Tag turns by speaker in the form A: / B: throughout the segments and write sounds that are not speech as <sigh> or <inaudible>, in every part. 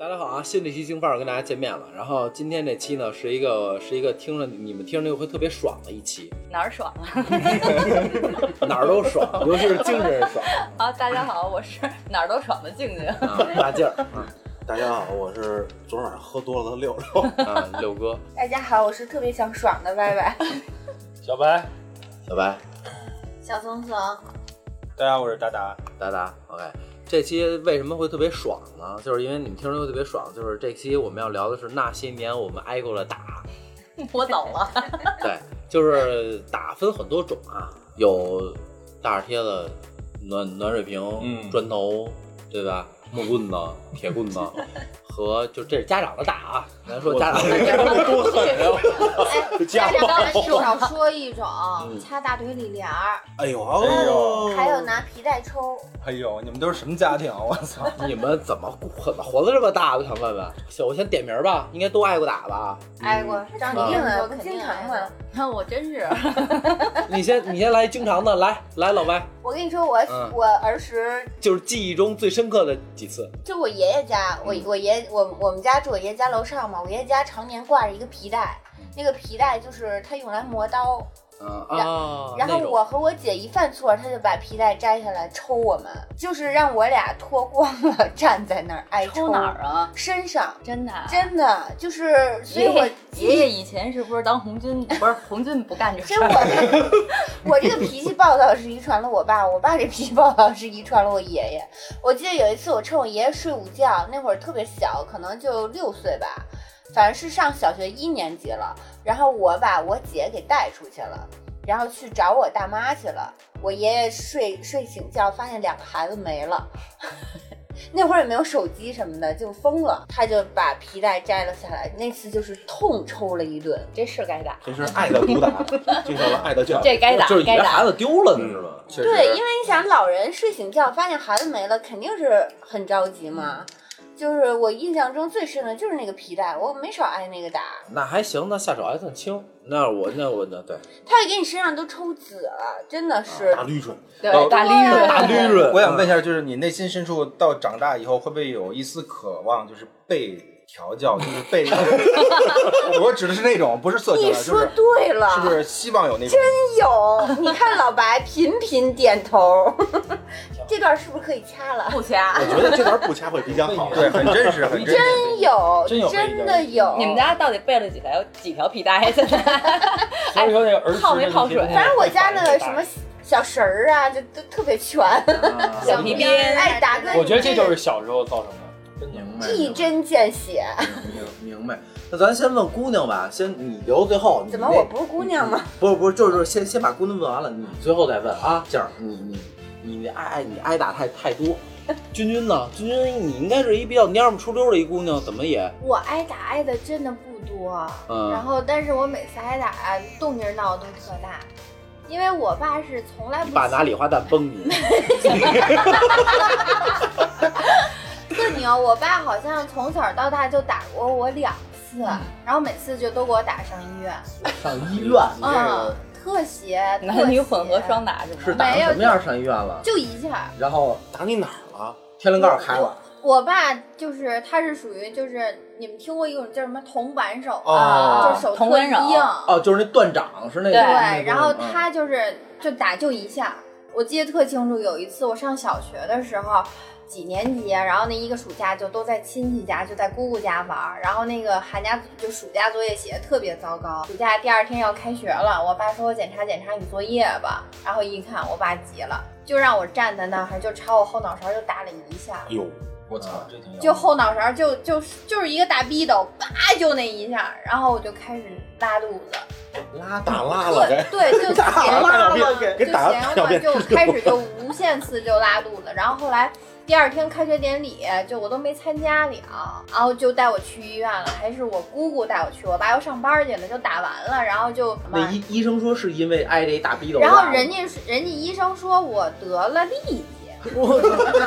A: 大家好啊！新的一期京范儿跟大家见面了。然后今天这期呢，是一个是一个听着你们听着那个会特别爽的一期，
B: 哪儿爽啊了？
A: 哪儿都爽，尤其是精神爽
B: <laughs> 啊！大家好，我是 <laughs> 哪儿都爽的静静。
A: <laughs> 啊，大劲儿啊
C: 大家好，我是昨晚上喝多了的六六，
A: 啊，六哥、
D: <laughs> 大家好，我是特别想爽的歪歪。
E: 小白，
A: 小白、
D: 小松
A: <laughs>
D: 哎松，
E: <laughs> 大家好，我是达达。
A: 达达，OK。这期为什么会特别爽呢？就是因为你们听着会特别爽。就是这期我们要聊的是那些年我们挨过的打，
B: <laughs> 我走了，
A: 对，就是打分很多种啊，有大耳贴子、暖暖水瓶、
E: 嗯
A: 砖头，对吧？木棍子、铁棍子和就这是家长的打啊，咱说家长的打。 <laughs>
E: 多狠呀！
D: 哎，
E: 家
D: 长
E: 暴
D: 刚才少说一种，
A: 嗯
D: 掐大腿里帘儿，
C: <laughs>
D: 嗯
C: 哎呦，哦
E: 哎呦
D: 还有拿皮带抽。
E: 哎呦，你们都是什么家庭啊？我操！
A: <laughs> 你们怎么怎么活得这么大的？想问问，小我先点名吧，应该都挨过打吧？啊
D: 挨过，哎张啊宁
A: 肯
D: 宁
B: 嗯我
D: 肯
B: 经
D: 定
B: 常
D: 挨
B: 的
D: 过。。
B: 看 <laughs> 我真
D: <laughs>
B: 是，
A: 你先，你先来经常的，来来，老白，
D: 我跟你说，我
A: 嗯
D: 我儿时
A: 就是记忆中最深刻的几次。
D: 就我爷爷家，
A: 嗯
D: 我我爷我我们家住我爷爷家楼上嘛，我爷爷家常年挂着一个皮带，
A: 嗯
D: 那个皮带就是他用来磨刀，
A: 啊啊，
D: 然后
A: 那种
D: 我和我姐一犯错，他就把皮带摘下来抽我们，就是让我俩脱光了站在那儿挨
B: 抽哪儿啊？
D: 身上。
B: 真的啊、
D: 真的就是，所以
B: 爷
D: 我
B: 爷爷爷以前是不是当红军？不是红军不干这
D: 其 <laughs>
B: 事
D: 实
B: 儿。 <laughs>
D: 我我这个脾气暴躁是遗传了我爸，我爸这脾气暴躁是遗传了我爷爷。我记得有一次我趁我爷爷睡午觉，那会儿特别小，可能就六岁吧，反正是上小学一年级了。然后我把我姐给带出去了，然后去找我大妈去了。我爷爷睡睡醒觉，发现两个孩子没了。 <laughs> 那会儿也没有手机什么的，就疯了。他就把皮带摘了下来，那次就是痛抽了一顿，这事儿该打。
C: 这是爱的毒打，这叫爱的教育。
B: 这该打
A: 就是以
B: 该
A: 为
B: 打。
A: 孩子丢了呢，是吧？
E: 确
D: 对，因为你想，老人睡醒觉发现孩子没了，肯定是很着急嘛。就是我印象中最深的就是那个皮带，我没少挨那个打，
A: 那还行，那下手还算轻。那我那我那对
D: 他也给你身上都抽紫了，真的是
C: 大。绿准，
B: 对，大利
D: 哦
B: 润，
D: 大利润
E: 我想问一下，就是嗯你内心深处到长大以后，会不会有一丝渴望，就是被调教，就是 <laughs> 被……我指的是那种，不是色情
D: 你
E: 的，就
D: 说
E: 是
D: 对了，
E: 是不是希望有那种？
D: 有？你看老白频频点头，这段是不是可以掐了？
B: 不掐
C: 我。觉得这段不掐会比较好。<laughs>
E: <laughs> 对，很真实，很真实。
D: 真有，
F: 真有
D: 真的有。
B: 你们家到底备了几条几条皮带？ <laughs> 现在
F: 哎所以说那个儿时
B: 泡没
F: 的那
B: 泡
F: 些
B: 水
F: 东西
D: 反正我家那个什么小绳儿啊，就都特别全。
B: 小皮鞭，
D: 哎，大哥，
F: 我觉得这就是是小时候造成的。
A: 真明
D: 一针见血。
A: 明明白。那咱先问姑娘吧，先你留最后。你
D: 怎么
A: 那
D: 我不是姑娘吗？
A: 不是不是，就是先先把姑娘问完了，你最后再问啊。这样，你你你你挨挨你挨打太太多。君君呢？君君，你应该是一比较蔫不出溜的一姑娘，怎么也
G: 我挨打挨的真的不多，
A: 嗯
G: 然后但是我每次挨打啊动静闹得都特大，因为我爸是从来
A: 你
G: 不
A: 爸拿礼花弹崩你。
G: 特牛，哦我爸好像从小到大就打过我两次，
B: 嗯
G: 然后每次就都给我打上医院，
A: 上医院
G: 嗯，特邪，
B: 男女
G: 特邪
B: 混合双打是吗？
A: 是打成
G: 没有
A: 什么样上医院了？
G: 就一下。
A: 然后
C: 打你哪儿了？
A: 天灵盖开了，
G: 我爸就是他是属于就是你们听过一种叫什么铜扳手
C: 哦
G: 啊，就是手
B: 铜
G: 特
B: 管手
G: 硬，
A: 哦，就是那断掌是那个。
B: 对
A: 那个
G: 对，然后
A: 嗯
G: 他就是就打就一下，我记得特清楚。有一次我上小学的时候，几年级啊，然后那一个暑假就都在亲戚家，就在姑姑家玩儿。然后那个寒假就暑假作业写的特别糟糕，暑假第二天要开学了，我爸说我检查检查你作业吧，然后一看我爸急了，就让我站在那儿，就朝我后脑勺就打了一下
C: 哎。呦，
E: 我操，这挺有
G: 就后脑勺就就就是一个大逼斗，叭就那一下，然后我就开始拉肚子，
C: 拉打拉了该。
G: 对，
C: <laughs>
G: 就
C: 啊打
G: 闲
C: 了大
G: 了嘛，
C: 小
G: 就
C: 便
G: 闲
C: 给打了大小
G: 了，
C: 便
G: 就开始就无限次就拉肚子，然后后来。第二天开学典礼，就我都没参加了，然后就带我去医院了，还是我姑姑带我去，我爸要上班去了，就打完了，然后就
A: 那医医生说是因为挨这一大逼斗。
G: 然后人家是人家医生说我得了痢疾，
E: 这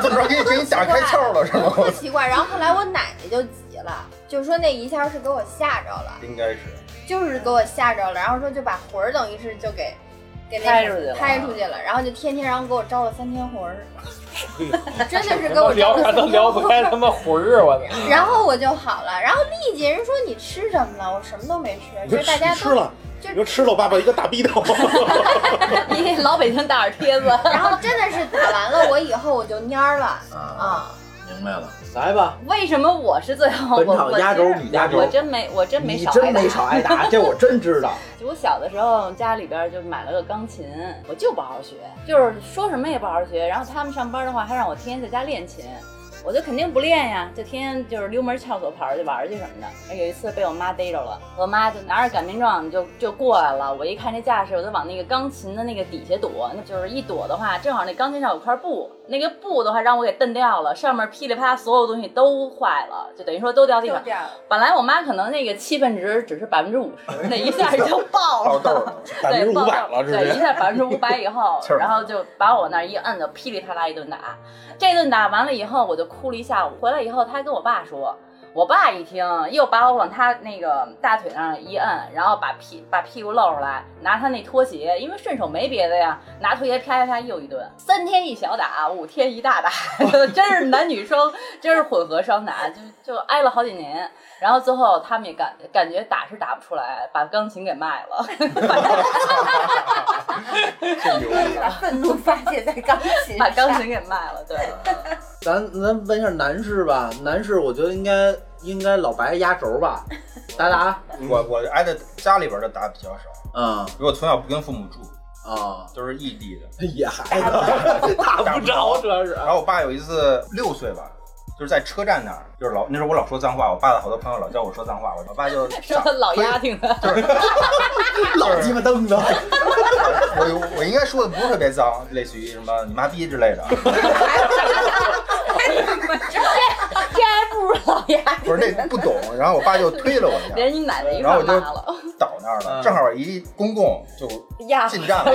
E: 怎么着给你给你打开窍了
G: <laughs>
E: 是吗？
G: 特奇怪。然后后来我奶奶就急了，就说那一下是给我吓着了，
E: 应该是。
G: 就是给我吓着了，然后说就把魂儿等于是就给给那
B: 拍出去了
G: 拍出去了，然后就天天然后给我招了三天魂儿，真的是给
F: 他
G: 我
F: 妈
G: 招
F: 聊
G: 了
F: 啥
G: 三
F: 都
G: 天
F: 聊不
G: 魂儿。 <laughs>
F: 开，他妈魂儿，啊我操！
G: 然后我就好了，然后丽姐人说你吃什么了？我什么都没吃，
C: 你
G: 就
C: 说
G: 是大家
C: 吃吃
G: 都
C: 了，你说吃了，我爸爸一个大逼头。
B: 一 <laughs> 老北京大耳贴子，
G: 然后真的是打完了我以后我就蔫儿了
E: 啊，
G: 啊，
E: 明白了。
A: 来吧，
B: 为什么我是最后？
A: 本
B: 我
A: 场
B: 我
A: 压
B: 其
A: 轴
B: 实
A: 你压轴
B: 我，真没我真
C: <laughs>
B: 没
A: 你
B: 少挨
A: 真
B: 打 <laughs>
A: 没少挨打，这我真知道。
B: 就我小的时候，家里边就买了个钢琴，我就不好好学，就是说什么也不好好学。然后他们上班的话，还让我天天在家练琴，我就肯定不练呀，就天天就是溜门撬锁跑出去玩去什么的。有一次被我妈逮着了，我妈就拿着擀面杖就就过来了，我一看这架势，我就往那个钢琴的那个底下躲，那就是一躲的话，正好那钢琴上有块布，那个布的话让我给蹬掉了，上面噼里啪啦所有东西都坏了，就等于说都掉地上。
G: 样。
B: 本来我妈可能那个气氛值只是百分之五十，那一下就爆了，
E: 爆豆儿，
C: <laughs> 百分之
B: 对，
C: 五
B: 报
C: 百
B: 道
C: 了，直
B: 对，一
C: 接。
B: 下百分之五百以
C: <laughs>
B: 后
E: 刺，儿
B: 然后就把我那儿一摁的噼里啪啦一顿打。这顿打完了以后，我就哭了一下午。回来以后，他跟我爸说，我爸一听又把我往他那个大腿上一摁，然后把屁把屁股露出来，拿他那拖鞋，因为顺手没别的呀，拿拖鞋啪啪啪又一顿。三天一小打，五天一大打， <laughs> 真是男女双，真是混合双打，就就挨了好几年。然后最后他们也感感觉打是打不出来，把钢琴给卖了。
E: 这牛逼
D: 把愤怒发泄在钢琴
B: <laughs> 把钢
D: 上
B: 琴给卖了， <laughs> 对，
A: 咱咱问一下男士吧，男士我觉得应该应该老白压轴吧，达达，
E: 我我挨的家里边的打比较少，
A: 嗯
E: 因为我从小不跟父母住，
A: 啊， <laughs>
E: 都是异地的。
A: 也还打
E: 打不着
A: 主要是
E: 然后我爸有一次六岁吧，就是在车站那儿，就是老那时候我老说脏话，我爸的好多朋友老叫我说脏话，我爸
D: <laughs>
E: 就
B: 说的老丫挺的，
A: 老鸡巴瞪的，
E: <laughs> 我我应该说的不是特别脏，类似于什么你妈逼之类的啊，
B: 这还不如老丫，
E: 不是那不懂。然后我爸就推了我一下，
B: 连你奶奶一块
E: 然后
B: 儿
E: 我就
B: 骂 <laughs> 了，
E: 倒那儿了，
A: 嗯
E: 正好一公共就
B: 压
E: 进站了。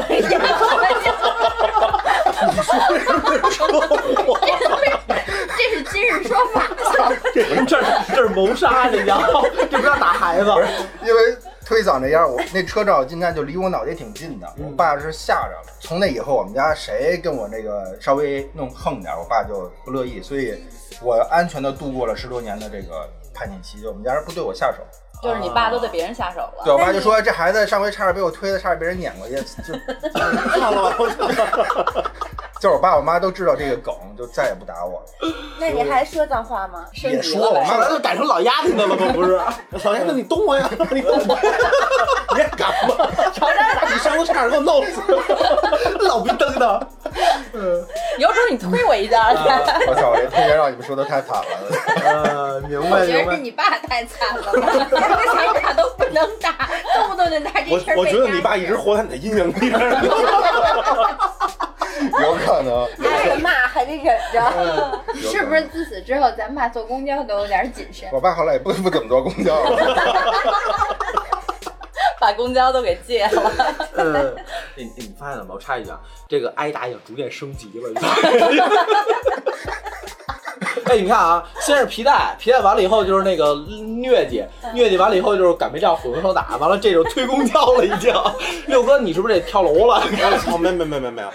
G: 这是今日说法，
A: 这这这是谋杀，这叫这不叫打
C: <laughs>
A: 孩子，
E: 因为推搡这样，我那车照进站就离我脑袋挺近的，我爸是吓着了。从那以后，我们家谁跟我那个稍微弄横点儿，我爸就不乐意，所以我安全的度过了十多年的这个叛逆期，就我们家人不对我下手。
B: <laughs> 就是你爸都对别人下手
E: 对
B: 了，
E: 我爸就说这孩子上回差点被我推的，差点被人撵过去，就就是我爸我妈都知道这个梗，就再也不打我了。
D: 那你还说脏话吗？
B: 升
E: 也
B: 级
E: 说
B: 了
E: 我
B: 呗。
E: 妈
A: 后来就改成老丫头的了吗？不是，
C: 老爷子，你动我呀！你动我呀！你也敢吗？你上次差点给我弄死！
A: 老逼瞪的，
B: 有种你推我一
E: 啊
B: 下，
E: 我操！我这推荐让你们说的太惨了。
A: 呃，明
G: 我
A: 白明
G: 觉得是
A: 白。
G: 你爸太惨了吧，想打都不能打，动不动就拿这
C: 我
G: 事儿
C: 我觉得
G: 被
C: 你
G: 打
C: 爸一直活在你的阴影里边。
E: 有可能，
D: 挨着骂还得忍着，
E: 嗯有可能
G: 是不是？自此之后，咱爸坐公交都有点谨慎？
E: 我爸后来也不不怎么坐公交了。
B: <laughs> 把公交都给戒了，
A: 呃，你你发现了吗？我插一句啊，这个挨打已经逐渐升级了。 <laughs> 哎，你看啊，先是皮带，皮带完了以后就是那个疟疾，疟疾完了以后就是擀面杖混合双打，完了这就推公交了已经。 <laughs> 六哥，你是不是得跳楼了？ <laughs>
C: 我操！哦没没没没没有。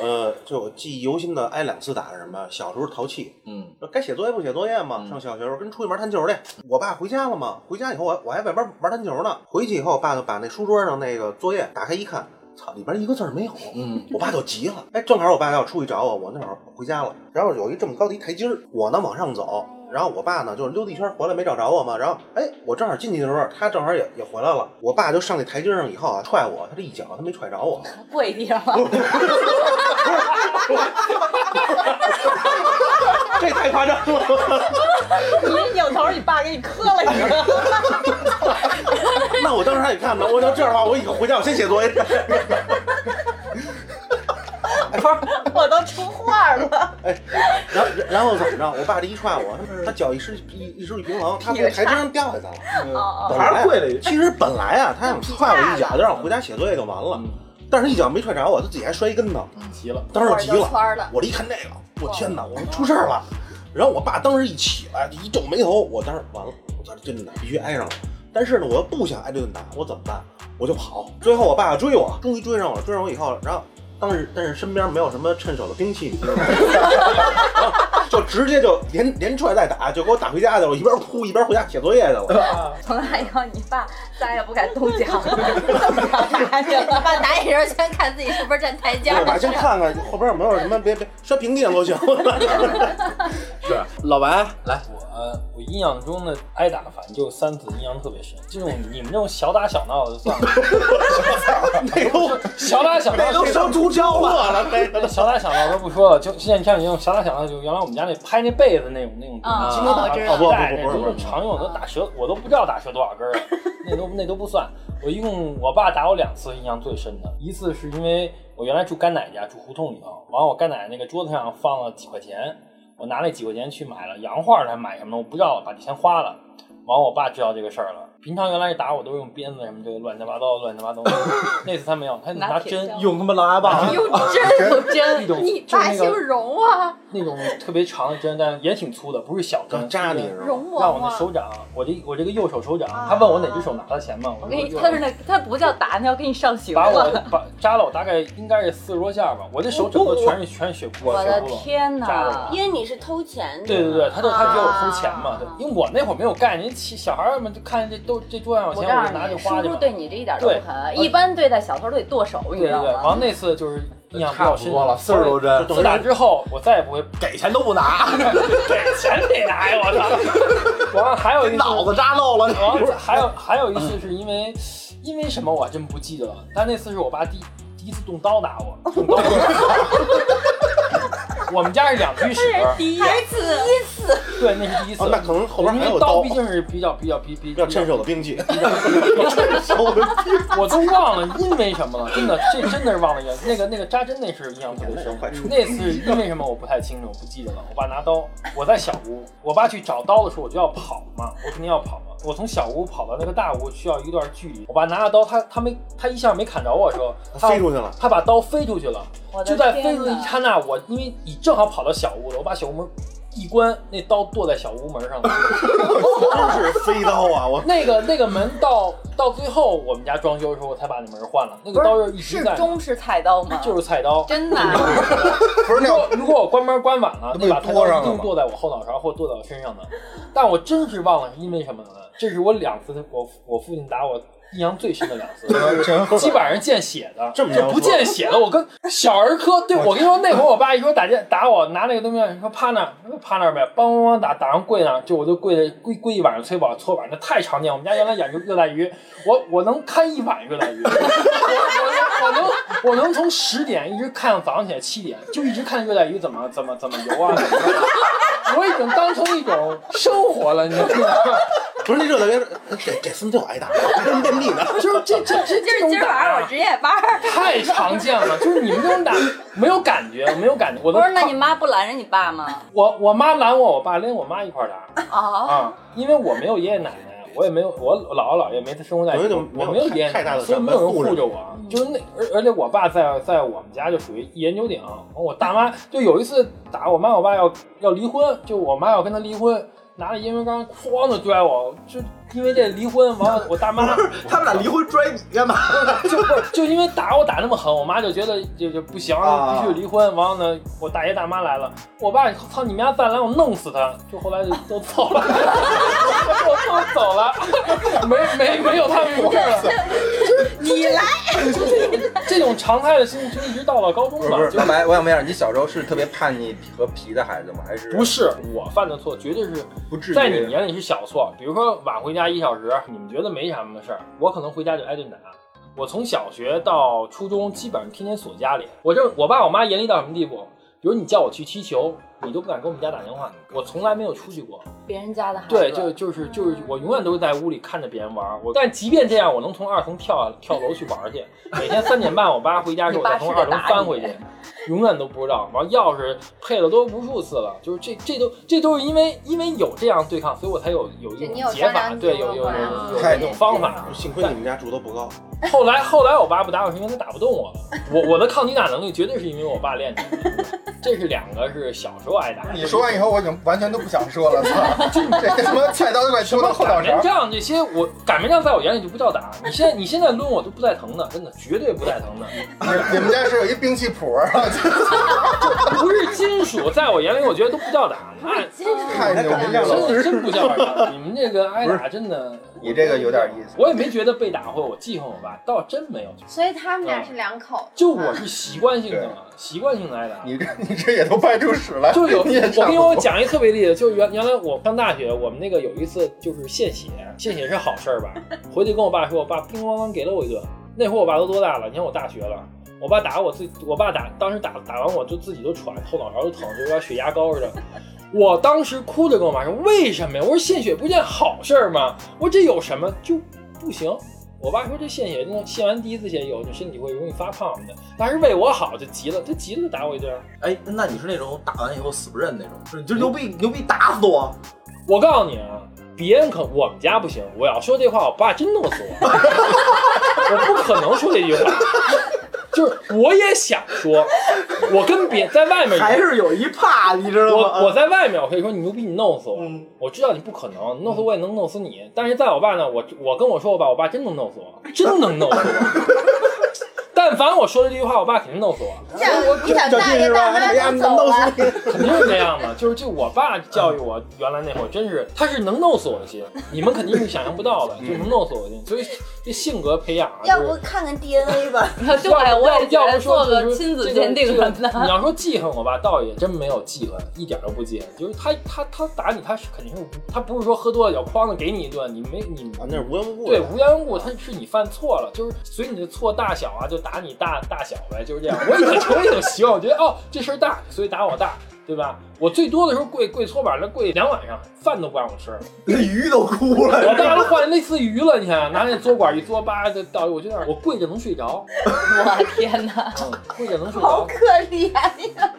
C: 呃，就我记忆犹新的挨两次打是什么？小时候淘气，
A: 嗯，
C: 该写作业不写作业嘛。上小学时候跟出去玩弹球去，我爸回家了嘛，回家以后我我还在外边玩弹球呢。回去以后，我爸就把那书桌上那个作业打开一看，操，里边一个字儿没有。
A: 嗯，
C: 我爸就急了，哎，正好我爸要出去找我，我那会儿回家了，然后有一这么高的一台阶儿，我呢往上走，然后我爸呢就是溜达一圈回来没找着我嘛，然后哎，我正好进去的时候，他正好也也回来了，我爸就上那台阶上以后啊踹我，他这一脚他没踹着我，
B: 跪地上了，
C: 这太夸张了。 <laughs>
B: 你一扭头，你爸给你磕了一个， <laughs>
C: 那我当时还得看呢，我要这样的话，我以后回家我先写作业。
B: 我都出画了，
C: 然后然后怎么着？我爸这一踹我，他脚一失一一失一平衡，他从台阶上掉下去了。
E: 嗯
B: 哦
C: 本
A: 还
C: 来
A: 是跪了一
C: 其实本来啊，他想踹我一脚，就让我回家写作业就完了。但是他一脚没踹着我，他自己还摔一跟头，
A: 急了，
C: 当时我急
G: 就
C: 了，
G: 窜了，
C: 我这一看这个，我天哪，我说出事儿了。然后我爸当时一起来一皱眉头，我当时完了，我操，这顿打必须挨上了。但是呢，我又不想挨这顿打，我怎么办？我就跑。最后我爸追我，终于追上我了。追上我以后，然后当时但是身边没有什么趁手的兵器，你知道吗？ <laughs> 然后就直接就连连踹带打，就给我打回家去了。我一边哭一边回家写作业去了。
B: 从那以后，你爸再也不敢动脚， <laughs> 动脚打去
G: 你
B: 了。
G: 爸打你时候先看自己是不是站台阶儿
C: 对，吧？先看看后边有没有什么，别别摔平地上都 <laughs> 行。
A: 老白来，
F: 我我印象中的挨打，反正就三次印象特别深。这种你们这种小打小闹的就算了，
C: 那都
F: 小打小
C: 那
F: 闹
C: 都烧猪交货了，那个
F: 小打小闹都不说了，就现在像你这种小打小闹，就原来我们家那拍那被子那种那种东
B: 啊
F: 西，
A: 啊
F: 金刚打
B: 我知
F: 打
B: 道
F: 皮带，
C: 哦不不
F: 那
C: 不不
F: 都
C: 不
F: 是常用，都打折，我都不知道打折多少根儿
C: <laughs>
F: 了，那都那都不算。我一共我爸打我两次，印象最深的一次是因为我原来住干奶家，住胡同里头，完我干奶那个桌子上放了几块钱，我拿那几块钱去买了洋画儿，还买什么的，我不知道，把这钱花了。完，我爸知道这个事儿了。平常原来打我都是用鞭子什么这个乱七八糟乱七八糟
B: <laughs>
F: 的，那次他没有，他拿
B: 拿铁
F: 针
B: 锹
C: 用他妈狼牙棒，
G: 用针有
F: 一
G: 针，
F: 种
G: 你
F: 就
G: 爸
F: 是那
G: 姓
F: 个
G: 荣啊，
F: 那种特别长的针，但也挺粗的，不是小针，
C: 扎你是吧？
G: 荣
F: 让我
G: 王
F: 那
G: 啊。
F: 手掌，我这我这个右手手掌
G: 啊，
F: 他问我哪只手拿了钱嘛，
B: 我
F: 我
B: 给
F: 就
B: 你，
F: 右
B: 他是那他不叫打，那要给你上刑
F: 把我
B: 了。
F: 把扎了我大概应该是四十多下吧，我这手整个全是全是血窟
B: 我
F: 窿，
B: 的
F: 血窟窿。
B: 天
F: 扎
B: 哪
F: 了！
D: 因为你是偷钱的，
F: 对对对，他就他给我
D: 啊
F: 收钱嘛，对，因为我那会儿没有概念，小小孩儿们就看这都这桌上有
B: 我
F: 钱，
B: 告
F: 我
B: 诉
F: 就拿
B: 你，
F: 就花
B: 叔
F: 去
B: 叔
F: 了。
B: 对你这一点都不
F: 对
B: 狠，一般对待小偷都得剁手，你
F: 对
B: 知
F: 对
B: 道
F: 对，然后
B: 吗？
F: 那次就是印象比较
E: 呃差不
F: 深
E: 多
A: 啊
E: 了四十多针
F: 自打之后我再也不会 <laughs>
A: 给钱都不 <laughs> 拿，
F: 给钱得拿呀，
E: <laughs>
F: 我操！完了还有一次
A: 脑子扎漏了。
F: 然后还有还有一次是因为因为什么我还真不记得了，但那次是我爸第第一次动刀打
C: 哦
F: 我，动刀打我。 <laughs> 我们家是两居室，
B: 第一
G: 还是
F: 对，那是第一次。
C: 哦，那可能后边
F: 因
C: 还
F: 为
C: 有
F: 刀
C: 刀
F: 毕，竟是比较比较比比
C: 要趁手的兵器，趁
A: <laughs>
C: <laughs> 手的兵器。
F: 我都忘了因为什么了，真的，这真的是忘了原因。那个那个扎针那是印象特别深，那次因为什么我不太清楚，我不记得了。我爸拿刀，我在小屋，我爸去找刀的时候我就要跑嘛，我肯定要跑嘛。我从小屋跑到那个大屋需要一段距离，我爸拿着刀，他他没他一下没砍着我的时候，他
C: 飞出去了，
F: 他把刀飞出去了，
B: 我的
F: 就在飞
B: 天
F: 出去一
B: 哪！
F: 刹那，我因为你正好跑到小屋了，我把小屋门一关，那刀剁在小屋门上了。
C: 都是飞刀啊！我
F: 那个那个门到到最后我们家装修的时候，我才把那门换了。那个刀就一直
B: 是
F: 在那，
B: 中式菜刀吗？
F: 就是菜刀。
B: 真的啊，
E: 不是
F: 如
E: 那
F: 果如果我关门关晚了，
E: 那不
F: 那
E: 就
F: 把菜
E: 多上
F: 刀一
E: 了
F: 定
E: 吗
F: 剁在我后脑勺或剁在我身上的。但我真是忘了是因为什么呢？这是我两次我我父亲打我印象最深的两次。
E: 个真
C: <laughs>
E: 狠
F: 基本上是见血的，
C: 这么
F: 就
C: 着
F: 不见血的。我跟小儿科，
C: <laughs>
F: 对我跟你说，那会儿我爸一说打架打我，拿那个东西说趴那儿，说趴那儿呗，梆梆梆打打上跪那儿，就我就跪着跪跪一晚上搓把搓把，那太常见。我们家原来养鱼热带鱼，我我能看一晚上热带鱼，我 <laughs> 我能我能我能从十点一直看到早上起来七点，就一直看热带鱼怎么怎么怎么游啊，怎 <laughs> 么着。我已经当成一种生活了，你知道吗？
C: 不是那热带鱼，这这孙子就挨打，跟遍地呢。
F: 就是这这这这
G: 今
F: 种
G: 今儿晚
F: 打
G: 上
F: 啊
G: 我值夜班儿，
F: 太常见了，就是你们这种打没有感觉，没有感觉。我都
B: 不是？那你妈不拦着你爸吗？
F: 我我妈拦我，我爸连我妈一块儿打
B: 哦，
F: 啊，因为我没有爷爷奶奶，我也没有我姥姥姥爷没生活在一
C: 有一
F: 起，
C: 种
F: 我
C: 没有
F: 没有
C: 太
F: 爷爷
C: 太
F: 奶
C: 大
F: 奶，
C: 的
F: 所以
C: 长
F: 没
C: 辈
F: 有人
C: 护着
F: 护着我，就是那而而且我爸在在我们家就属于一言九鼎，我大妈就有一次打我妈，我爸要要离婚，就我妈要跟他离婚。拿着烟灰缸哐的拽我，就因为这离婚，完了我大妈
A: <laughs> 他们俩离婚拽你干嘛？
F: <laughs> 就不是就因为打我打那么狠，我妈就觉得就就不行，
E: 啊
F: 必须离婚。完后呢，我大爷大妈来了，我爸操你们家再来我弄死他，就后来就都走了， <laughs> 我都走了， <laughs> 没没没有他们不事儿了。
G: 你来
F: <laughs> 这种常态的心理就一直到了高中
E: 不是
F: 吧
E: 不，是，
F: 就
E: 老白，我想问一下，你小时候是特别叛逆和皮的孩子吗？还是
F: 不是我犯的错，绝对是
E: 不至于？
F: 在你眼里是小错，比如说晚回家一小时，你们觉得没什么事儿，我可能回家就挨顿打。我从小学到初中，基本上天天锁家里。我这我爸我妈严厉到什么地步？比如你叫我去踢球，你都不敢给我们家打电话，我从来没有出去过。
B: 别人家的孩子，
F: 对，就就是就是，我永远都是在屋里看着别人玩儿。我但即便这样，我能从二层跳跳楼去玩儿去。每天三点半，我爸回家之后，
B: 你
F: 我
B: 爸
F: 再
B: 是
F: 从二
B: 在
F: 层
B: 打
F: 翻
B: 你
F: 回去，永远都不知道。完钥匙配了都无数次了，就是这这都这都是因为因为有这样对抗，所以我才有有一
G: 对
F: 种
G: 你有
F: 解
G: 商
F: 法，
G: 量
F: 对，
G: 之
F: 有
G: 后
F: 有
G: 吧
F: 有有
E: 太
F: 一种
E: 懂
F: 方
E: 事
F: 法。
C: 幸亏你们家住都不高，
F: 后来后来我爸不打我是因为他打不动我了，我我的抗击打能力绝对是因为我爸练的，这是两个是小时说挨打。
E: 你说完以后，我已经完全都不想说了，操！这他妈菜刀都快
F: 什
E: 戳
F: 么
E: 到后脑
F: 擀面
E: 勺。
F: 杖这些，我擀面杖在我眼里就不叫打。你现在你现在抡我都不带疼的，真的绝对不带疼的。
E: 你你们家是有一兵器谱啊，
F: 不是金属，在我眼里我觉得都不叫打。那
E: 太牛逼
F: 真
E: 了！
F: 的真不叫打。你们这个挨打真的，
E: 你这个有点意思
F: 我也没觉得被打或者我记恨我爸，倒真没有。
G: 所以他们俩是两口子
F: 就
G: 嘛
F: 我是习惯性的嘛，习惯性的挨打。
E: 你这你这也都掰出屎来，
F: 就有，
E: 你也
F: 我
E: 差不
F: 跟我
E: 多。
F: 讲一个特别例子，就是原原来我上大学，我们那个有一次就是献血，献血是好
E: <laughs>
F: 事儿吧？回去跟我爸说，我爸乒咣啷给了我一顿。那会儿我爸都多大了？你看我大学了，我爸打我自己，我爸打当时打打完我就自己都喘，后脑勺都疼，就跟血压高似的。我当时哭着跟我妈说，为什么呀？我说献血不是件好事儿吗？我说这有什么就不行？我爸说这献血，那献完第一次血以后，你身体会容易发胖的。当时为我好就急了，他急了就打我一顿。
A: 哎，那你是那种打完以后死不认那种，是你就牛逼牛逼打死我，
F: 我告诉你啊，别人可我们家不行，我要说这话，我爸真弄死
A: <laughs>
F: 我，我不可能说这句话。就是我也想说，我跟别在外
A: <laughs>
F: 面，
A: 还是有一怕，你知道吗？
F: 我我在外面，我可以说你牛逼，你弄死我。
A: 嗯
F: 我知道你不可能弄死我，也能弄死你。但是在我爸那，我我跟我说我爸，我爸真能弄
A: <laughs>
F: 死我，真能弄死我。但凡我说了这句话，我爸肯定弄死我。
D: 你想你想大爷大妈都走了，
F: 肯定是这样的，就是就我爸教育我，原来那会儿真是，他是能弄死我的心，你们肯定是想象不到的，就能弄死我的心，所以这性格培养啊，
D: 要不
F: 就是
D: 看看 DNA 吧？
B: <laughs> 对，
F: 要不
B: 我也觉
F: 要
B: 得
F: 不说
B: 做
F: 就是
B: 个亲子
F: 这
B: 鉴定
F: 这
B: <laughs> 什
F: 个
B: 么的。
F: 你要说记恨我吧，倒也真没有记恨，一点都不记恨，就是他他他打你，他是肯定是他不是说喝多了脚哐的给你一顿，你没你
C: 啊，那是无缘无故
F: 对
C: 的。
F: 无缘无故，他是你犯错了，就是随你的错大小啊，就打你大大小呗，就是这样。我也我也有习惯，我觉得哦这事儿大，所以打我大，对吧？我最多的时候跪跪搓板，那跪两晚上，饭都不让我吃。
A: 那鱼都哭了。
F: 我大了换那次鱼了，你看拿那嘬管一嘬，叭就到，我就那儿我跪着能睡着，
B: 我天哪！
F: 嗯，跪着能睡着。
D: 好可怜呀，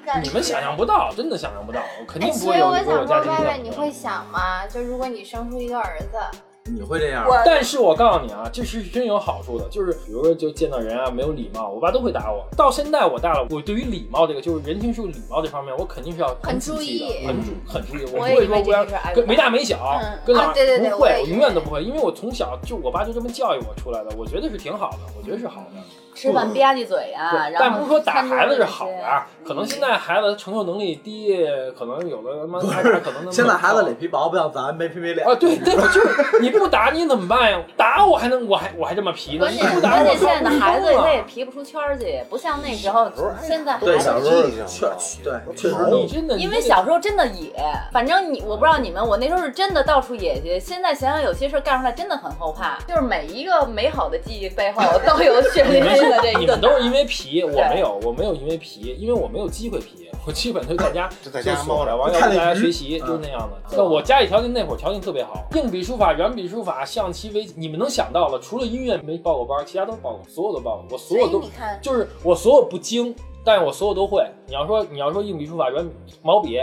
D: 感
F: 你
D: 觉。
F: 们想象不到，真的想象不到，我肯定
G: 哎，
F: 不
G: 所
F: 会
G: 以
F: 有
G: 我
F: 有
G: 想说，
F: 我家庭
G: 歪
F: 教
G: 歪，
F: 育
G: 你会想吗？就如果你生出一个儿子，
A: 你会这样？
D: 我
F: 但是我告诉你啊，这是真有好处的，就是比如说就见到人啊没有礼貌，我爸都会打我。到现在我大了，我对于礼貌这个就是人情世故礼貌这方面，我肯定是要
G: 很
F: 仔细
G: 注意
F: 的，很注很注意，我不
B: 也
F: 会
B: 以为
F: 说
B: 这
F: 我要
B: 就是挨
F: 跟
B: 打
F: 没大没小
D: 嗯，
F: 跟哪
G: 啊对对对
F: 不
G: 我也以
F: 会，我
G: 为
F: 永远都不会，因为我从小就我爸就这么教育我出来的，我觉得是挺好的，我觉得是好的。
B: 吃饭吧唧嘴啊，
F: 对，
B: 然
F: 但
B: 后
F: 不是说打
B: 参加
F: 孩子是
B: 这
F: 好
B: 些
F: 的，啊，可能现在孩子承受能力低，可能有的他妈挨打可能能
A: 现在孩子
F: 靠
A: 脸皮薄，不像咱没皮没脸。
F: <laughs> 啊，对对，就是你不打你怎么办呀？打我还能，我还我还这么皮呢？
B: 关
F: 你
B: 键
F: 不啊打
B: 关
F: 我
B: 键现在的孩子
F: 我
B: 他也皮不出圈儿去，不像那时候，现在
A: 对，
B: 孩子
A: 小时候
C: 记性
A: 确
C: 好
A: 哦对 <laughs>
C: 我
A: 确实
C: 操
F: 你
A: 都
F: 真的，
B: 因为小时候真的野，反正你我不知道你们，我那时候是真的到处野去。现在想想有些事儿干出来真的很后怕，就是每一个美好的记忆背
F: <laughs>
B: 后都有血
F: 你
B: 淋
F: 们
B: 淋的这
F: 是
B: 一
F: 你
B: 顿
F: 们
B: 打
F: 都。是因为皮，我没有，我没有因为皮，因为我没有机会皮，我基本就在家
C: 就在家
F: 就
C: 猫
F: 着，
C: 着
F: 完要
A: 看
F: 跟
A: 那
F: 大家
A: 鱼
F: 学习，
A: 嗯
F: 就是那样的。但我家里条件那会儿条件特别好，硬笔书法、软笔书法、象棋、围棋，你们能想到的，除了音乐没报过班，其他都报过，所有都报过，我所
D: 所
F: 有
D: 以
F: 都
D: 你看，
F: 就是我所有不精，但是我所有都会。你要说你要说硬笔书法、软笔毛笔、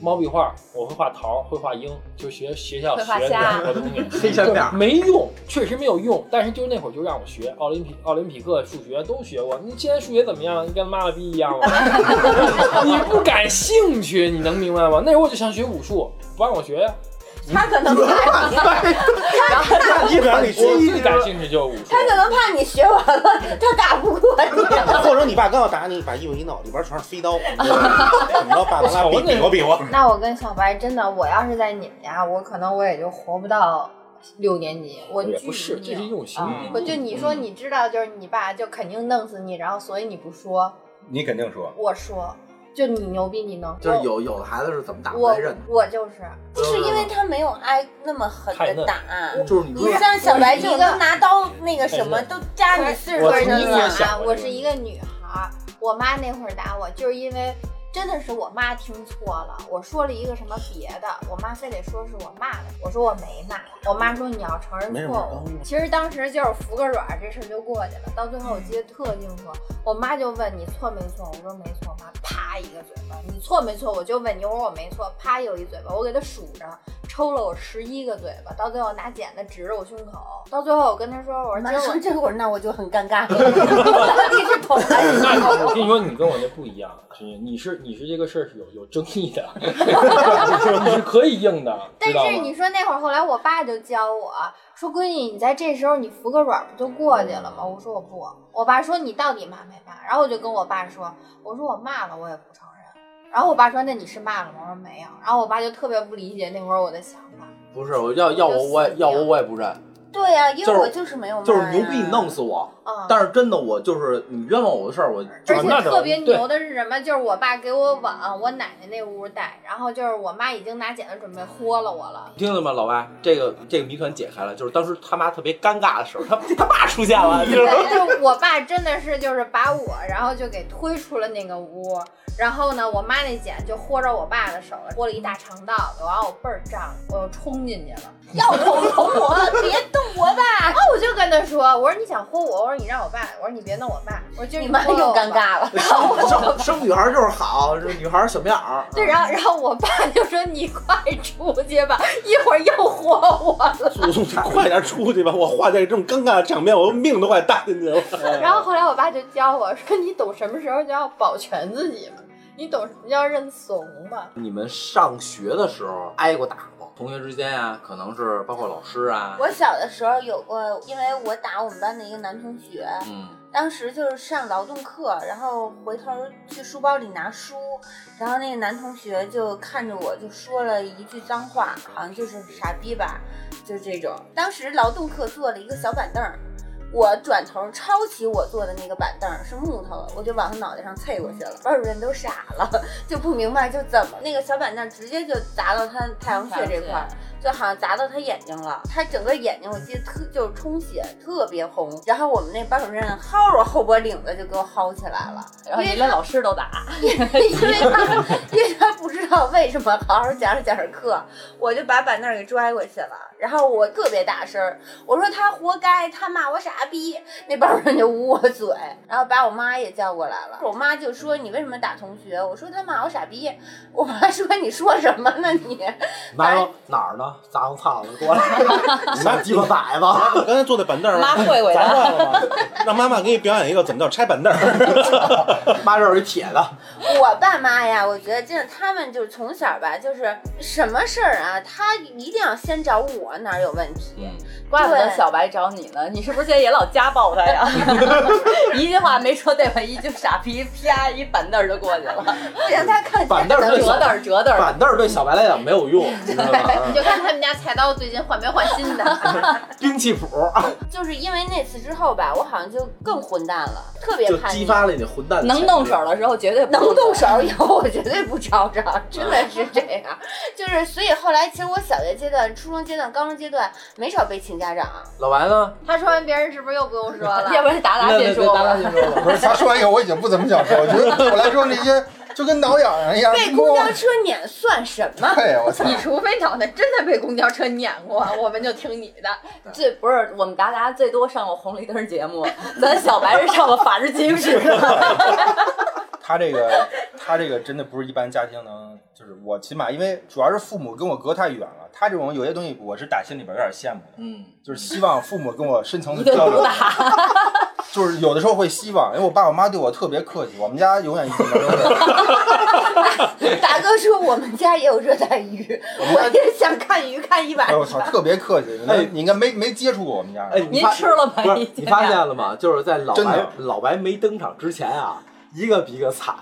F: 毛笔画，我会画桃，会画樱，就学学校
B: 会
F: 学
B: 画
F: 的
B: 虾
F: 好东
A: <laughs>
F: 西。
A: 黑线面儿。
F: 没用，确实没有用。但是就是那会儿就让我学奥林匹奥林匹克数学都学过。你现在数学怎么样？你跟妈了逼一样吗？ <laughs> 你不感兴趣，你能明白吗？那会儿我就想学武术，不让我学呀。
D: 他可能怕你，
C: 一秒你
F: 我最感兴趣就是武术。
D: 他可能怕你学完了，他打不过你。
C: 或者你爸刚要打你，把衣服一弄，里边全是飞刀。你知道吗怎么着，爸爸拉比比我比我。
G: 那我跟小白真的，我要是在你们家，我可能我也就活不到六年级。我
F: 也
G: 巨
F: 不是，这是一
G: 拧
F: 种行
G: 啊
F: 为。！
G: 我就你说你知道，就是你爸就肯定弄死你，然后所以你不说，
E: 你肯定说，
G: 我说，就你牛逼，你能
A: 就是有有的孩子是怎么打不
G: 我
A: 来认的，
G: 我就是
D: 就是因为他没有挨那么狠的打，
A: 就是
G: <laughs>
A: 你
D: 你
A: 说
D: 像小白就能拿刀那个什么都扎你四十
F: 哎我
D: 分
F: 从一
D: 钟
F: 个
D: 了。
F: 小
G: 啊，我是一个女孩儿，我妈那会儿打我，就是因为真的是我妈听错了，我说了一个什么别的，我妈非得说是我骂的，我说我没骂，我妈说你要承认
C: 没什么
G: 错误
C: 没什。
G: 其实当时就是服个软儿，这事儿就过去了。到最后我记得特清楚，我妈就问你错没错，我说没错，妈啪一个嘴巴，你错没错，我就问你，我说我没错，啪又一嘴巴，我给她数着，抽了我十一个嘴巴，到最后拿剪子指着我胸口，到最后我跟他说，我说今
D: 妈
G: 儿我
D: 说这会儿，那我就很尴
G: <laughs>
D: 尬了。到底是捅还是
F: 那
D: 捅？
F: 我跟你说，你跟我那不一样，是你是你是这个事儿是有有争议的， <laughs> 你是可以硬的，
G: 但
F: 知道
G: 是
F: 吗
G: 你？说那会儿，后来我爸就教我说：“闺女，你在这时候你服个软不就过去了吗？”我说我不，我爸说你到底骂没骂？然后我就跟我爸说：“我说我骂了，我也不承认。”然后我爸说：“那你是骂了吗？”我说没有。然后我爸就特别不理解那会儿我的想法。
A: 不是，我要要我我也要我我也不认，
D: 对呀、因
A: 就
D: 为
A: 是
D: 我就是没有骂、呀
A: 就是牛逼你弄死我。
G: 嗯，
A: 但是真的我就是你冤枉我的事儿，我就
G: 而
A: 是
G: 且
F: 那倒
G: 特别
F: 对
G: 牛的是什么？就是我爸给我往我奶奶那屋带，然后就是我妈已经拿剪子准备豁了我了。
A: 听见吗，老外？这个这个谜团解开了，就是当时他妈特别尴尬的时候，他他爸出现了，你知道吗？
G: 但是我爸真的是就是把我，然后就给推出了那个屋，然后呢，我妈那剪就豁着我爸的手了，豁了一大长道子，完我倍儿胀，我又冲进去了，要捅捅我，别动我爸！然后我就跟他说，我说你想豁我，我说你让我爸，我说你别弄我爸，我说今儿
D: 你妈
G: 豁了
D: 又
G: 我吧
D: 尴。尬了。
A: 生生生女孩就是好，这女孩小棉袄。
G: 对，然后然后我爸就说你快出去吧，一会儿又豁我了。
C: 你 <laughs> 快点出去吧！我画在这么尴尬的场面，我命都快搭进去了。
G: 然后后来我爸就教我说，你懂什么时候就要保全自己吗？你懂什么叫认怂吗？
A: 你们上学的时候挨过打吗？同学之间啊，可能是包括老师啊，
D: 我小的时候有过，因为我打我们班的一个男同学，
A: 嗯，
D: 当时就是上劳动课，然后回头去书包里拿书，然后那个男同学就看着我就说了一句脏话，好像就是傻逼吧，就这种。当时劳动课坐了一个小板凳儿，我转头抄起我坐的那个板凳儿是木头的，我就往他脑袋上啐过去了。班主任都傻了，就不明白就怎么那个小板凳直接就砸到他太阳穴这块儿。就好像砸到他眼睛了，他整个眼睛我记得特就是充血，特别红。然后我们那班主任薅着后脖领子就给我薅起来了，
B: 然后你连老师都打，
D: <laughs> 因为他因为他不知道为什么好好讲着讲着课，我就把板凳给拽过去了。然后我特别大声儿，我说他活该，他骂我傻逼。那班主任就捂我嘴，然后把我妈也叫过来了。我妈就说你为什么打同学？我说他骂我傻逼。我妈说你说什么呢你？
A: 哪有哪儿呢？砸我操了，过来，
C: 妈 <laughs>
A: 鸡巴崽子！
C: 我刚才坐在板凳
F: 嗯
C: 上，
B: 妈会会的。
C: 砸坏了吗？让妈妈给你表演一个怎么叫拆板凳儿。
A: 妈这儿有一铁的，
D: 我爸妈呀，我觉得真的，他们就是从小吧，就是什么事儿啊，他一定要先找我哪儿有问题。
A: 嗯，
B: 怪不得小白找你呢，你是不是现在也老家暴他呀？ <laughs> 一句话没说对吧？一句傻逼，啪一板凳儿就过去了，
D: 不行，他看
A: 板凳儿对
B: 折凳儿折凳儿。
A: 板凳儿对小白来讲没有用，你知道
G: 你
A: 吗？
G: 就看他们家菜刀最近换没换新的。
A: 兵器谱
D: 就是因为那次之后吧，我好像就更混蛋了，特别
A: 就
D: 叛
A: 激
D: 逆。
A: 发了你那混蛋的
B: 能动手的时候绝对不
D: 能动手以后，我绝对不吵吵，真的是这样。就是，所以后来其实我小学阶段、初中阶段、高中阶段没少被请家长。啊
A: 老白呢？
G: 他说完别人是不是又不用说
D: <laughs>
G: 了？
B: 要不然打打
A: 那
B: 解
A: 那
B: 说
A: 那咱
B: 吧
A: 俩。先说
E: <laughs>
A: 吧。
E: 不是他说完以后，我已经不怎么想说，我觉得对我来说那些就跟挠痒痒一样。
D: 被公交
E: <laughs>
D: 车撵算什么？
E: 对，我操！
G: 你除非脑袋真的被公交车碾过，我们就听你的。
B: 最不是我们达达最多上过红绿灯节目， <laughs> 咱小白是上过法制进行时。
E: <laughs> 他这个，他这个真的不是一般家庭能，就是我起码因为主要是父母跟我隔太远了，他这种有些东西我是打心里边有点羡慕的，
A: 嗯，
E: 就是希望父母跟我深层次
B: 一顿
E: 交
B: 毒
E: 流，
B: 打，
E: 就是有的时候会希望，因为我爸我妈对我特别客气，我们家永远一直都是，
D: <laughs> 达哥说我们家也有热带鱼，我也想看鱼看一晚
E: 哎
A: <laughs>
D: 上。
E: 我操，特别客气，
A: 哎
E: 你应该没没接触过我们家人，
A: 哎，你
B: 您
A: 发
B: 吃了吗？
A: 不
B: 已
A: 是
B: 经
A: 你发现了吗？就是在老
E: 真
A: 白
E: 的
A: 老白没登场之前啊，一个比一个惨。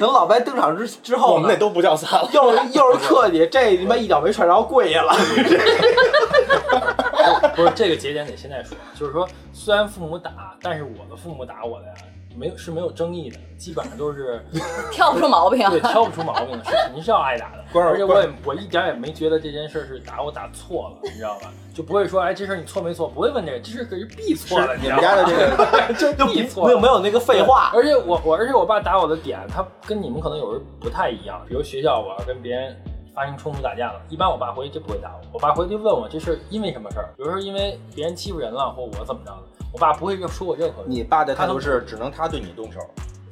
A: 等老白登场之之后
C: 我
A: 呢，
C: 们那都不叫散了。
A: 又是又是客气，这他妈一脚没踹着跪下了。
F: 不是这个节点得现在说，就是说虽然父母打，但是我的父母打我的呀，没有是没有争议的，基本上都 <laughs> 是
B: 挑不出毛病。
F: 对挑不出毛病的，是肯定是要挨打的。
E: 关儿
F: 而且我也我一点儿也没觉得这件事是打我打错了，你知道吧？就不会说哎这事儿你错没错，不会问这个，这事儿可是必错了，你
E: 你
F: 知
E: 们
F: 道
E: 家
F: 吗？
E: 的这个。
F: <laughs> 这
A: 就
F: 必
A: 不
F: 错
A: 没
F: 了
A: 有没。有那个废话。
F: 而且我我而且我爸打我的点，他跟你们可能有时候不太一样。比如学校我要跟别人发生冲突打架了，一般我爸回去就不会打我，我爸回去问我这是因为什么事儿，比如说因为别人欺负人了或我怎么着的，我爸不会说我任何人。
E: 你爸的态度是只能他对你动手，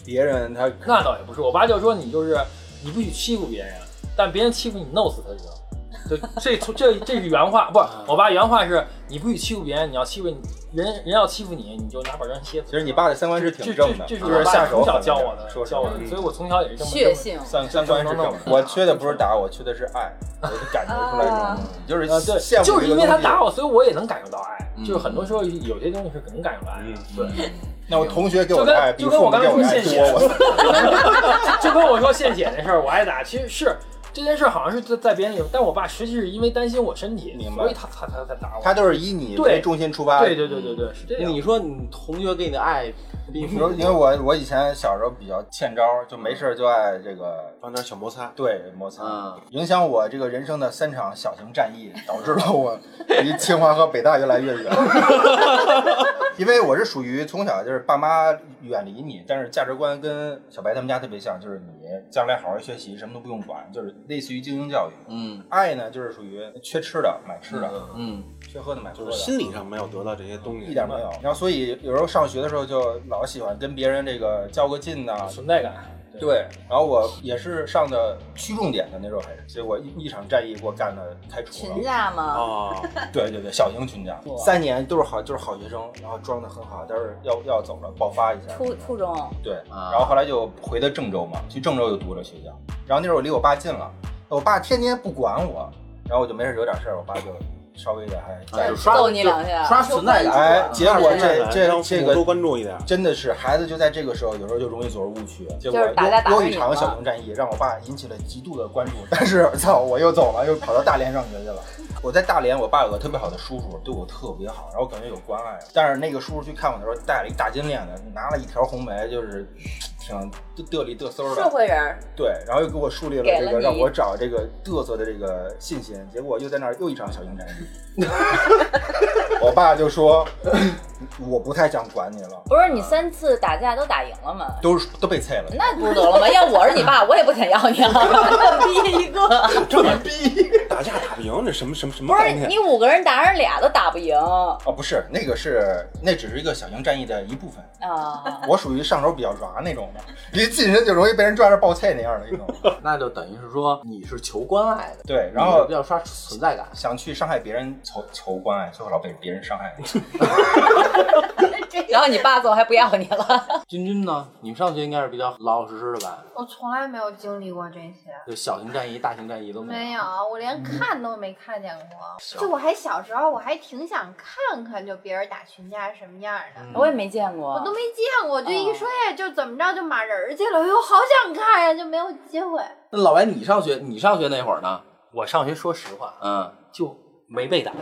E: 别人他
F: 那倒也不是，我爸就说你就是你不许欺负别人，但别人欺负你弄死他就行。就这从这这是原话，不，
E: 嗯
F: 我爸原话是：你不许欺负别人，你要欺负你人，人要欺负你，你就拿板砖歇死。
E: 其实你爸这三观是挺正的，啊
F: 这这
E: 就
F: 这是我
E: 是
F: 爸
E: 下手狠
F: 从小
E: 了
F: 教
E: 点
F: 我的，
E: 说实
F: 教我
E: 话
F: 的，所以我从小也是这么
B: 血性，
E: 三三观是正的。我缺的不是打我，缺的是爱，我就感觉出来这种，你就是
F: 啊，对
E: 羡，慕
F: 就是因为他打
E: 我。
F: 我，所以我也能感受到爱。
E: 嗯
F: 就是很多时候有些东西是能感受到爱的，对。
E: 那我同学给
F: 就
E: 我
F: 跟
E: 的爱比
F: 就
E: 父
F: 跟
E: 母
F: 我刚
E: 给
F: 才
E: 我
F: 说
E: 的爱
F: 献血
E: 多，我，
F: <laughs> 就跟我说献血那事儿，我挨打，其实是这件事好像是在在别人有，但我爸实际是因为担心我身体，
E: 明白
F: 所以他他他才打我。
E: 他就是以你为中心出发。
F: 对对对对对，是这
A: <laughs>
F: 样。
A: 你说你同学给你的爱，比
E: 你说，因为我我以前小时候比较欠招，就没事儿就爱这个
C: 放点小摩擦，
E: 对摩擦。
A: 啊，
E: 影响我这个人生的三场小型战役，导致了我离清华和北大越来越远。 <laughs> 因为我是属于从小就是爸妈远离你，但是价值观跟小白他们家特别像，就是你将来好好学习，什么都不用管，就是类似于精英教育。
A: 嗯
E: 爱呢，就是属于缺吃的买吃的，
A: 嗯，
E: 缺喝的买喝
C: 就
E: 的
C: 是，心嗯理上没有得到这些东西，
E: 一点没有。然后所以有时候上学的时候就老喜欢跟别人这个较个劲呐、
F: 存在感，
E: 对，然后我也是上的区重点的那时候还是，结果一一场战役给我干的开除了
B: 群。架
A: 哦
B: 吗？
C: 啊，
E: 对对对，小型群架，三年都是好，就是好学生，然后装的很好，但是要要走了，爆发一下。
B: 初初中
E: 对，
A: 啊
E: 然后后来就回的郑州嘛，去郑州又读了学校，然后那时候我离我爸近了，我爸天天不管我，然后我就没事有点事儿，我爸就稍微的还
A: 哎
E: 在
A: 就刷
B: 揍你两下，
A: 刷存在感，
E: 哎，结果
C: 啊
E: 这这
C: 让父
E: 这
C: 母多
E: 个。
C: 关注一点，
E: 真的是孩子就在这个时候，有时候就容易走入误区，结果
B: 就是打架打啊
E: 又
B: 不
E: 又一
B: 赢
E: 场
B: 了
E: 小型战役，让我爸引起了极度的关注。 <laughs> 但是操，我又走了，又跑到大连上学去了。我在大连，我爸有个特别好的叔叔，对我特别好，然后感觉有关爱。啊但是那个叔叔去看我的时候，带了一大金链子，拿了一条红梅，就是挺嘚嘚里嘚嗖
B: 社
E: 的。
B: 会人儿，
E: 对，然后又给我树立了
B: 给
E: 这
B: 了
E: 个
B: 你
E: 让我找这个嘚瑟的这个信心，结果又在那儿又一场小型战役。
B: <laughs>
E: 我爸就说：“ <coughs> 我不太想管你了。”
B: 不是你三次打架都打赢了吗？
E: 都是都被菜了。
B: 那不是得了吗？要我是你爸，我也不想
A: <laughs>
B: 要你了，啊逼一个。
C: 这么逼，打架打不赢，这什么什么什么
B: 不
C: 概
B: 是
C: 念？
B: 你五个人打人俩都打不赢啊
A: <laughs>
E: 哦，不是，那个是那只是一个小型战役的一部分。
B: 啊！
E: 我属于上手比较软那种的，一近身就容易被人抓着爆菜那样的一
A: <laughs>
E: 种。
A: 那就等于是说你是求关爱的，
E: 对，然后
A: 你要刷存在感，
E: 想去伤害别人求求关爱，最后老被别人
A: <laughs>
E: 伤害。
B: 然后你爸最后还不要你了，
A: 君君呢？你们上学应该是比较老老实实的吧？
G: <laughs> 我从来没有经历过这些。
A: 就小型战役、大型战役都
G: 没
A: 有。
G: 有，我连看都没看见过。就我还小时候，我还挺想看看，就别人打群架是什么样的，
B: 我也没见过。
G: 我都没见过。就一说哎，就怎么着就马人儿去了，哎呦，好想看呀，就没有机会。
A: 那老白，你上学，你上学那会儿呢？
F: 我上学说实话
A: 嗯，
F: 就没被打过，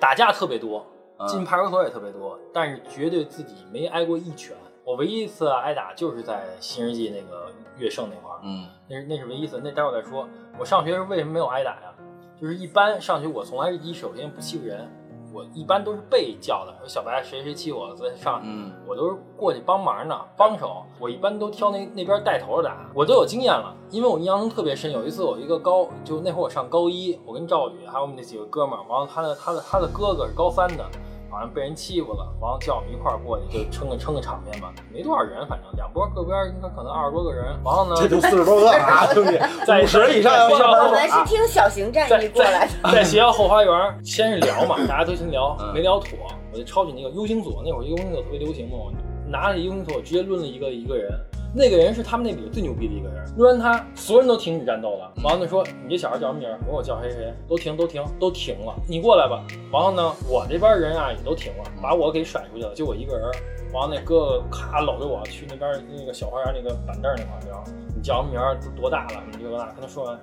F: 打架特别多，
A: 嗯
F: 进派出所也特别多，但是绝对自己没挨过一拳。我唯一一次啊挨打就是在新世纪那个乐圣那块儿，
A: 嗯
F: 那是那是唯一一次，那待会儿再说。我上学是为什么没有挨打呀？就是一般上学我从来一首先不欺负人，我一般都是被叫的，说小白谁谁欺负我了，所以上
A: 嗯
F: 我都是过去帮忙呢，帮手。我一般都挑那那边带头的打，我都有经验了，因为我印象中特别深。有一次，我一个高，就那会儿我上高一，我跟赵宇还有我们那几个哥们儿，完了他的他的他的哥哥是高三的，好像被人欺负了，完了叫我们一块儿过去，就撑个撑个场面吧，没多少人，反正两波各边应该可能二十多个人。完了呢，
C: 这都四十多个了，啊 <laughs> 兄弟，
F: 在
C: 五十以上
F: 在
C: 要
F: 学校
D: 我
F: 后
D: 们是听小型战役
F: 在
D: 过来
F: 在
D: 的。
F: <laughs> 在学校后花园，先是聊嘛，大家都先聊
A: 嗯，
F: 没聊妥，我就抄起那个 U 型锁，那会儿 U 型锁特别流行嘛，我拿着 U 型锁直接抡了一个一个人，那个人是他们那里最牛逼的一个人，抡完他，所有人都停止战斗了。完了说你这小孩叫什么名儿？我说我叫谁谁谁，都停都停都停了，你过来吧。然后呢，我这边人啊也都停了，把我给甩出去了，就我一个人。完了那哥哥咔搂着我去那边那个小花园那个板凳那块儿聊，你叫什么名儿？多大了？你这个那跟他说完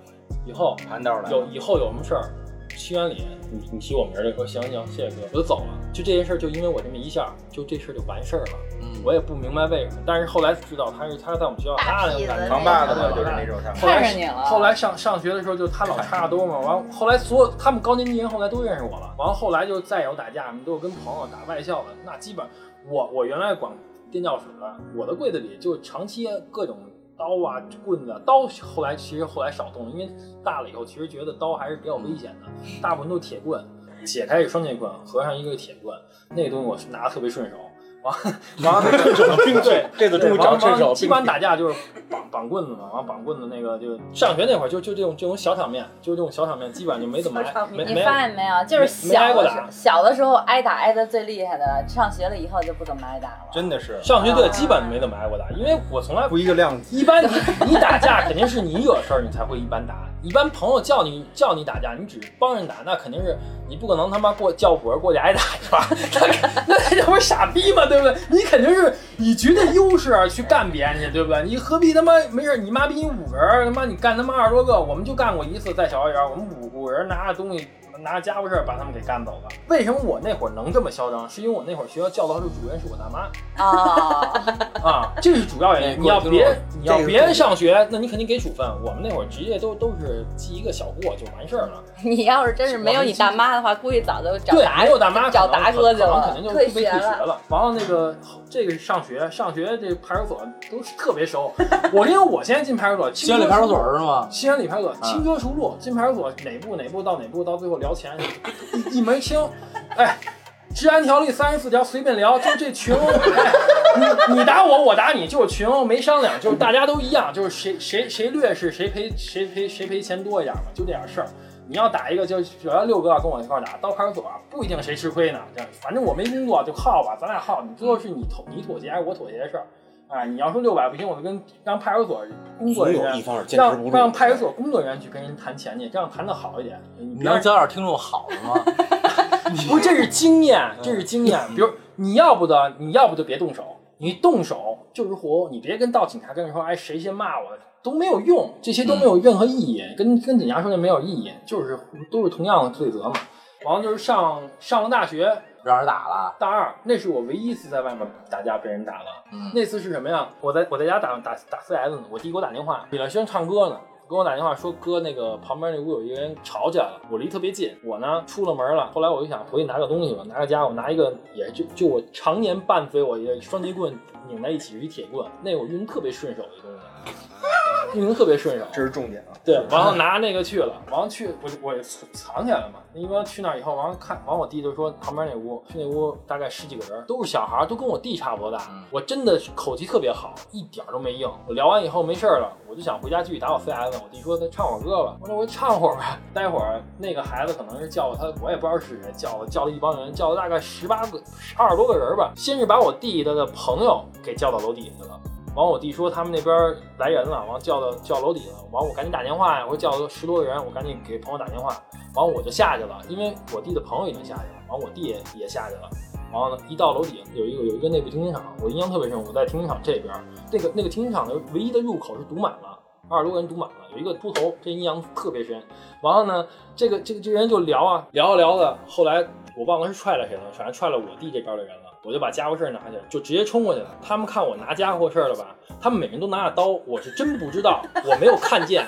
F: 以后。
E: 盘道来，
F: 有以后有什么事儿，西园里你你提我名儿就说行行，谢谢哥，我就走了。就这件事儿，就因为我这么一下，就这事儿就完事儿了。
A: 嗯，
F: 我也不明白为什么，但是后来知道他是他是在我们学校
G: 大
F: 那
G: 痞
F: 种
G: 子
F: 感觉，
E: 扛把子
G: 嘛
E: 的就是那种他们。
F: 后来
B: 看上你了
F: 后来上上学的时候，就他老插着兜嘛，完了后来所有他们高年级人后来都认识我了，完了后来就再有打架，我们都是跟朋友打外校的，那基本我我原来管电教室的，我的柜子里就长期各种。刀啊，棍子啊，刀后来其实后来少动了，因为大了以后，其实觉得刀还是比较危险的，大部分都是铁棍，解开一个双截棍，合上一个铁棍，那个东西我拿的特 <laughs> 别顺手，完了完了，对， <laughs>
C: 这次终于
F: 对
C: 找
F: 完了
C: 顺手
F: 基本上打架就是绑绑绑棍子嘛，然后绑棍子那个就上学那会儿就就这种这种小场面，就是这种小场面，基本上就没怎么
B: 小
F: 挨
B: 场
F: 没
B: 面
F: 没
B: 你发
F: 挨
B: 现没有？就是
F: 没没挨
B: 小
F: 过
B: 的
F: 打
B: 时候小的时候挨打挨的最厉害的，上学了以后就不怎么挨打了。
E: 真的是
F: 上学
B: 啊
F: 对基本没怎么挨过打，因为我从来不
E: 不一个量级。
F: 一般你你打架肯定是你惹事儿，你才会一般打。一般朋友叫你叫你打架，你只帮人打，那肯定是你不可能他妈过叫我过去挨打是吧？ <laughs> 那那这不是傻逼吗？对不对？你肯定是以绝对优势去干别人去，对不对？你何必他妈没事儿你妈逼你五个人，他妈你干他妈二十多个，我们就干过一次在小花园，我们五个人拿着东西。拿着家伙事儿把他们给干走了。为什么我那会儿能这么嚣张？是因为我那会儿学校教导处主任是我大妈，
B: 哦，
A: <laughs>
F: 啊，这是主要原
A: 哎
F: 因。你要
A: 各位
F: 别
A: 听众
F: 你要
A: 这个
F: 别
A: 重
F: 人
A: 点
F: 上学，那你肯定给处分。我们那会儿直接都都是记一个小过就完事儿了。
B: 你要是真是没有你大妈的话，估计早就找
F: 对，
B: 达
F: 没有大妈
B: 找
F: 可能
B: 达哥去
F: 可能
B: 了
F: 肯。定就
D: 退
F: 被退
D: 学
F: 学
D: 了
F: 了。完了那个这个上学上学这派出所都是特别熟。我因为我现在进派
A: <laughs>
F: 出所，
A: 监理派出所是吗？
F: 西安里派出所轻车熟路，进派出所哪步哪步到哪步，到最后聊钱， <laughs> 一一门清。哎，治安条例三十四条随便聊，就这群殴，哎、你你打我，我打你，就是群殴，没商量，就是大家都一样，就是谁谁谁劣势，谁赔谁赔谁赔钱多一点嘛，就这点事儿。你要打一个，就只要六个啊要跟我一块儿打，到派出所啊不一定谁吃亏呢。这反正我没工作，就耗吧，咱俩耗。你最后是你妥你妥协还是我妥协的事儿？哎，你要说六百不行，我就跟让派出所工
C: 总
F: 作人
C: 有
F: 员
C: 一方是坚持
F: 让
C: 不住。
F: 让派出所工作人员去跟人谈钱去，这样谈的好一点。
A: 你
F: 你
A: 能
F: 要
A: 教点听众好的吗？ <laughs>
F: 啊不是这是经验，
A: 嗯
F: 这是经验。比如你要不的，你要不就别动手，你动手就是活，你别跟到警察跟人说，哎，谁先骂我都没有用，这些都没有
A: 嗯
F: 任何意义，跟跟警察说这没有意义，就是都是同样的罪责嘛。然后就是上上了大学，
A: 让人打了，
F: 大二那是我唯一一次在外面打架被人打了。
A: 嗯
F: 那次是什么呀？我在我在家打打打 CS 呢，我弟给我打电话，李乐轩唱歌呢，给我打电话说哥那个旁边那屋有一个人吵起来了，我离特别近，我呢出了门了，后来我就想回去拿个东西吧，拿个家伙，拿一个也就就我常年伴随我一个双截棍拧在一起是一铁棍，那我运动特别顺手一东西，运动特别顺手，
E: 这是重点
A: <laughs>
E: 啊！
F: 对，然后拿那个去了，完了去我我藏起来了嘛。那一般去那儿以后，完了看，完我弟就说旁边那屋，去那屋大概十几个人，都是小孩儿，都跟我弟差不多大
A: 嗯。
F: 我真的口气特别好，一点儿都没硬。我聊完以后没事儿了，我就想回家继续打我 CS。我弟说他唱会儿歌吧，我说我唱会儿吧。待会儿那个孩子可能是叫他，我也不知道是谁叫我，叫了一帮人，叫了大概十八个、二十多个人吧。先是把我弟他的朋友给叫到楼底下去了。完，我弟说他们那边来人了，完叫到叫楼底了，完我赶紧打电话呀，我说叫十多个人，我赶紧给朋友打电话，完我就下去了，因为我弟的朋友已经下去了，完我弟也也下去了，然后呢一到楼底有一个有一个内部停车场，我印象特别深，我在停车场这边，那个那个停车场的唯一的入口是堵满了。二十多个人堵满了，有一个秃头，这印象特别深。完了呢，这个这个这人就聊啊聊啊聊的，后来我忘了是踹了谁了，反正踹了我弟这边的人了。我就把家伙事儿拿去，就直接冲过去了。他们看我拿家伙事儿了吧？他们每人都拿着刀，我是真不知道，我没有看见，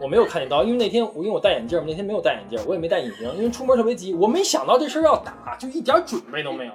F: 我没有看见刀，因为那天我因为我戴眼镜儿，那天没有戴眼镜儿，我也没戴隐形，因为出门特别急，我没想到这事儿要打，就一点准备都没有，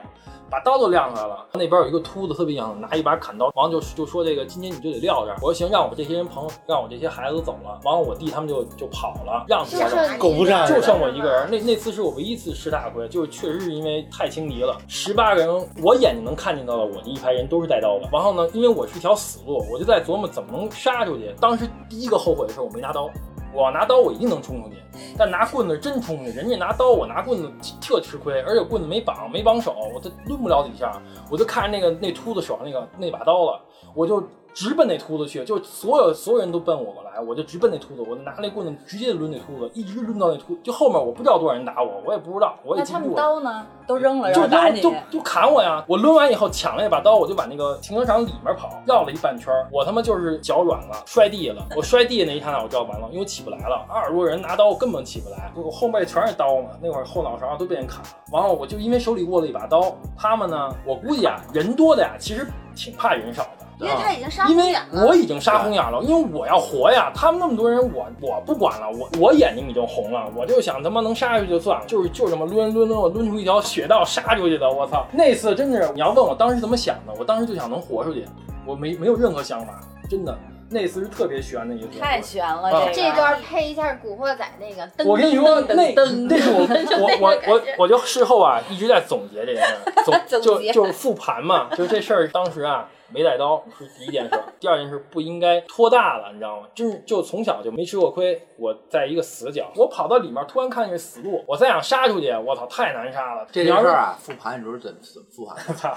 F: 把刀都亮出来了。那边有一个秃子特别硬，拿一把砍刀，完了就就说这个今天你就得撂这儿。我说行，让我这些人朋友，让我这些孩子走了。完了我弟他们就就跑了，让
D: 就
F: 别人
D: 剩
C: 够不上
F: 就剩我一个人。那那次是我唯一一次吃大亏，就是确实是因为太轻敌了。十八个人，我眼睛能看见到的，我的一排人都是带刀的。然后呢，因为我是一条死路，我就在琢磨怎么能杀出去。当时第一个后悔的是我没拿刀，我要拿刀我一定能冲出去，但拿棍子真冲出去，人家拿刀，我拿棍子特吃亏，而且棍子没绑，没绑手，我都抡不了几下，我就看着那个那秃子手上那个那把刀了，我就直奔那秃子去，就所有所有人都奔我过来，我就直奔那秃子，我就拿那棍子直接�多抡那秃子，一直抡到那秃，就后面我不知道多少人打我，我也不知道，我也
B: 那
F: 记
B: 他
F: 不
B: 们
F: 住。
B: 刀呢？都扔了，然
F: 就
B: 后打
F: 扔
B: 你
F: 就。就砍我呀！我抡完以后抢了一把刀，我就往那个停车场里面跑，绕了一半圈儿，我他妈就是脚软了，摔地了。我摔地那一刹那我知道完了，因为我起不来了。二十多人拿刀根本起不来，我后背全是刀嘛，那会儿后脑勺都被人砍了。完后我就因为手里握了一把刀，他们呢，我估计啊，人多的呀，其实挺怕人少的。
D: 因为他已经杀
F: 因为
D: 眼了。
F: 我已经杀红眼了，因为我要活呀。他们那么多人，我我不管了，我我眼睛已经红了，我就想他妈能杀出去就算了，就是就这么抡抡抡，我抡出一条血道杀出去的。我操！那次真是，你要问我当时怎么想的，我当时就想能活出去，我没没有任何想法，真的。那次是特别悬的一段。
B: 太悬了，
F: 啊
B: 这
G: 这
B: 个
G: 段配一下《古惑仔》那个，噔
F: 我跟你说，那
B: 噔
F: 那是我我我
G: 感
F: 我
G: 觉
F: 我就事后啊一直在总结这件事儿，总
G: <laughs> 总
F: 就
G: 结
F: 就是复盘嘛，就这事儿当时啊没带刀是第一件事儿，第二件事不应该拖大了，你知道吗？真是就从小就没吃过亏，我在一个死角，我跑到里面突然看见死路，我再想杀出去，我操太难杀了，
A: 这
F: 你
A: 件
F: 要
A: 事
F: 是
A: 儿啊，复盘你说怎么怎么复盘？
F: 我 <laughs> 操。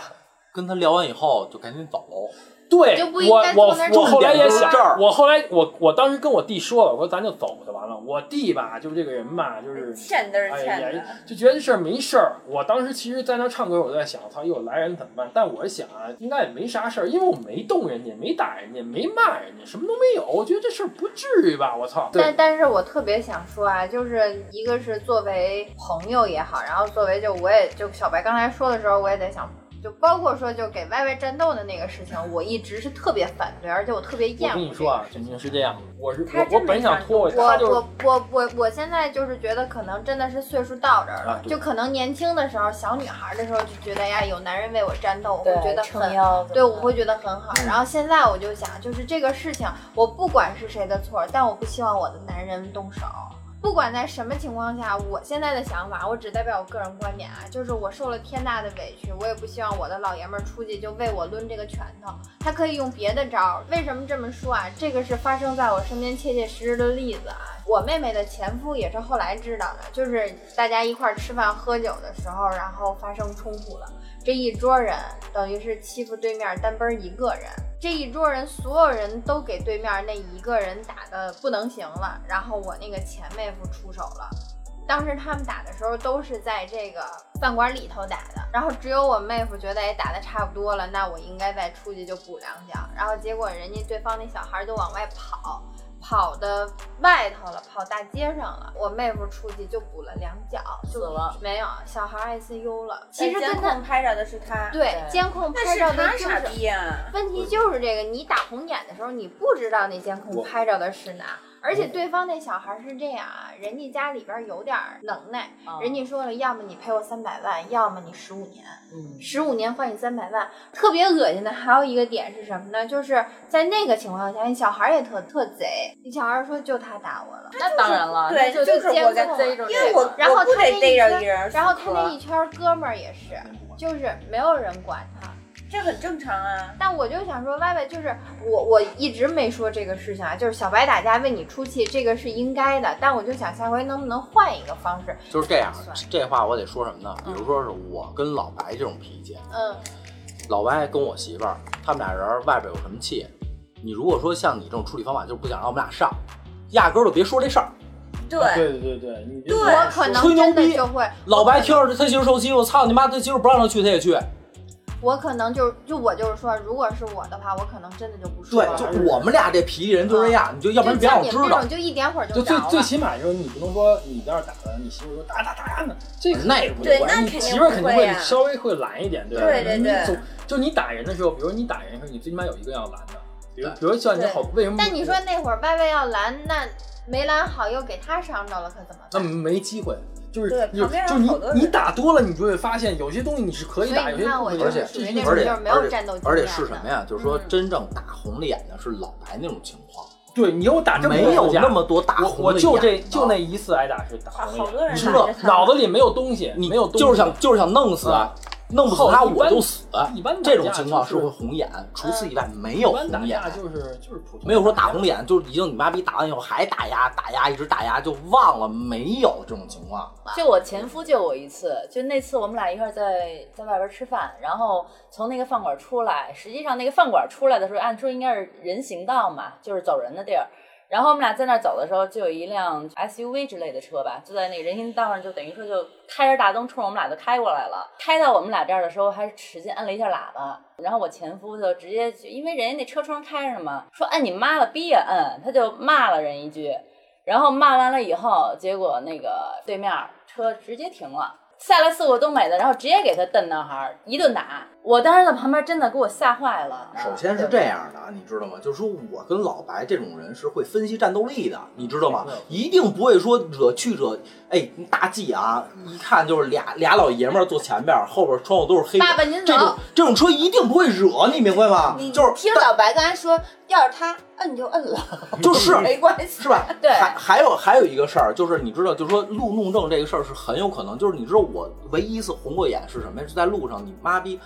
A: 跟他聊完以后就赶紧走。
F: 对，
G: 就不应
F: 我
G: 该坐
F: 我
G: 那儿
F: 我后来
A: 重点
F: 也
A: 就是
F: 想
A: 这儿，
F: 我后来我我当时跟我弟说了，我说咱就走就完了。我弟吧，就是这个人吧，就是
G: 欠的是
F: 哎
G: 欠
F: 呀
G: 的，，
F: 就觉得这事儿没事儿。我当时其实，在那唱歌，我就在想，操，又来人怎么办？但我想啊，应该也没啥事儿，因为我没动人家，没打人家，没骂人家，什么都没有。我觉得这事儿不至于吧？我操！
G: 但但是我特别想说啊，就是一个是作为朋友也好，然后作为就我也就小白刚才说的时候，我也在想，就包括说就给 Y Y 战斗的那个事情，我一直是特别反对，而且我特别
F: 我
G: 厌恶。
F: 跟你说啊，沈晶是这样，我是
G: 他
F: 我我
G: 真没
F: 本想
G: 看
F: 拖我，
G: 我
F: 他就是
G: 我我我我现在就是觉得，可能真的是岁数到这儿了
F: 啊，对
G: 就可能年轻的时候，小女孩的时候就觉得哎呀，有男人为我战斗，我会
B: 对
G: 觉得
B: 撑
G: 很。
B: 腰，
G: 对，我会觉得很好。然后现在我就想，就是这个事情，我不管是谁的错，但我不希望我的男人动手。不管在什么情况下，我现在的想法，我只代表我个人观点啊，就是我受了天大的委屈，我也不希望我的老爷们儿出去就为我抡这个拳头，他可以用别的招儿。为什么这么说啊？这个是发生在我身边切切实实的例子啊。我妹妹的前夫也是后来知道的，就是大家一块儿吃饭喝酒的时候，然后发生冲突了。这一桌人等于是欺负对面单奔儿一个人，这一桌人所有人都给对面那一个人打的不能行了，然后我那个前妹夫出手了。当时他们打的时候都是在这个饭馆里头打的，然后只有我妹夫觉得哎也打的差不多了，那我应该再出去就补两脚，然后结果人家对方那小孩就往外跑，跑的外头了，跑大街上了，我妹夫出去就补了两脚，
B: 死了。
G: 没有小孩 ICU 了。
H: 其
G: 其
H: 实
G: 实
H: 监
G: 跟他
H: 控拍着的是他，
G: 对，监控
H: 那
G: 拍
H: 是
G: 照的
H: 他
G: 就是
H: 傻逼啊！
G: 问题就是这个，你打红点的时候，你不知道那监控拍照的是哪，而且对方那小孩是这样啊，人家家里边有点能耐，
H: 啊
G: 人家说了，要么你赔我三百万，要么你十五年，
B: 嗯
G: 十五年换你三百万。特别恶心的还有一个点是什么呢？就是在那个情况下，你小孩也特特贼，你小孩说就他打我了，
B: 那当然了，
H: 对
B: 那就
H: 就是
G: 监
H: 我在
G: 控
B: 逮着
G: 了
H: 因为我
G: 然后
H: 我不
G: 他那
H: 得
G: 一
H: 逮着
G: 圈
H: 一人，
G: 然后他那
H: 死磕
G: 一圈哥们儿也是，就是没有人管他。
H: 这很正常啊。
G: 但我就想说，歪歪就是我，我一直没说这个事情啊，就是小白打架为你出气，这个是应该的。但我就想下回能不能换一个方式？
A: 就是这样
G: 算，
A: 这话我得说什么呢？比如说是我跟老白这种脾气，
G: 嗯，
A: 老白跟我媳妇儿，他们俩人外边有什么气，你如果说像你这种处理方法，就是不想让我们俩上，压根儿就别说这事儿。
H: 对，
F: 对对对，你
H: 对
G: 我可能
A: 吹牛
G: 真的
A: 逼
G: 就会，
A: 老白听着他媳妇受欺负，操你妈！他媳妇不让他去，他也去。
G: 我可能就就我就是说，如果是我的话，我可能真的就不说
A: 对
G: 了。，
A: 就我们俩这脾气人就这样，你就要不然
G: 就
A: 别让我
G: 像你
A: 知
G: 们这
A: 道
G: 种，。就一点火
F: 就
G: 就着
F: 最
G: 了。
F: 最起码就是你不能说你要是打了，你媳妇说打打打呢，这个
A: 那
F: 也
A: 也
F: 不
A: 不
H: 对
F: 管
H: 那
F: 你
H: 肯定
F: 媳妇儿肯定
H: 不
F: 会
H: 会啊
F: 稍微会拦一点，对吧？
H: 对对对
F: 你总就你打人的时候，比如你打人的时候，你最起码有一个要拦的，比如比如像你
H: 对
F: 好，为什么？
G: 但你说那会儿歪歪要拦，那没拦好又给他伤着了，可怎么
F: 那
G: 办？
F: 没机会，就是
H: 对
F: 就
H: 旁边
F: 就
H: 有
F: 你
H: 好多人
F: 你打多了，你就会发现有些东西你是可以打，
G: 所以你
F: 有些
G: 看
F: 不
G: 我
F: 可以
G: 就
F: 打。
A: 而且
G: 是属于那
A: 而
G: 种
A: 且
G: 就是没有战斗经验的。
A: 而且是什么呀？就是说
H: 嗯
A: 真正打红了眼的是老白那种情况，
F: 对你又打这么
A: 没
F: 多
A: 有
F: 架
A: 那么多打
F: 我
A: 红
F: 我
A: 了眼的。啊
F: 就这就那一次挨打是打
H: 好
F: 红
H: 好
F: 了
H: 多人
A: 你知
H: 拦
A: 道
H: 着他
F: 脑子里没有东西，
A: 你
F: 没有东西，
A: 就是想就是想弄死，
F: 啊
A: 弄不死他我就死。啊
F: 一般打架
A: 这种情况
F: 就是
A: 会红眼，除此以外没有
F: 一般打
A: 红眼，
F: 架就是就是普通，
A: 没有说打红眼就是已经你妈逼打完以后还打压打压一直打压就忘了，没有这种情况。
B: 就我前夫就我一次，就那次我们俩一块儿在在外边吃饭，然后从那个饭馆出来，实际上那个饭馆出来的时候，按说应该是人行道嘛，就是走人的地儿。然后我们俩在那儿走的时候，就有一辆 SUV 之类的车吧，就在那个人行道上，就等于说就开着大灯冲着我们俩就开过来了。开到我们俩这儿的时候，还使劲摁了一下喇叭。然后我前夫就直接就，因为人家那车窗开着呢嘛，说摁你妈了逼呀摁，他就骂了人一句。然后骂完了以后，结果那个对面车直接停了，下来四个东北的，然后直接给他蹬那哈儿一顿打。我当时在旁边真的给我吓坏了。
A: 首先是这样的啊，你知道吗？就是说我跟老白这种人是会分析战斗力的，你知道吗
F: 对？
A: 一定不会说惹去惹，哎，大 G 啊，一看就是俩俩老爷们儿坐前边儿，后边窗户都是黑的。
G: 爸爸您
A: 这种
G: 走。
A: 这种车一定不会惹你，明白吗？就是
D: 听老白刚才说，要是他摁就摁了，
A: 就是
D: 没关系，
A: 是吧？
B: 对
A: 还还有还有一个事儿，就是你知道，就是说路怒症这个事儿是很有可能，就是你知道我唯一一次红过眼是什么呀？是在路上，你妈逼。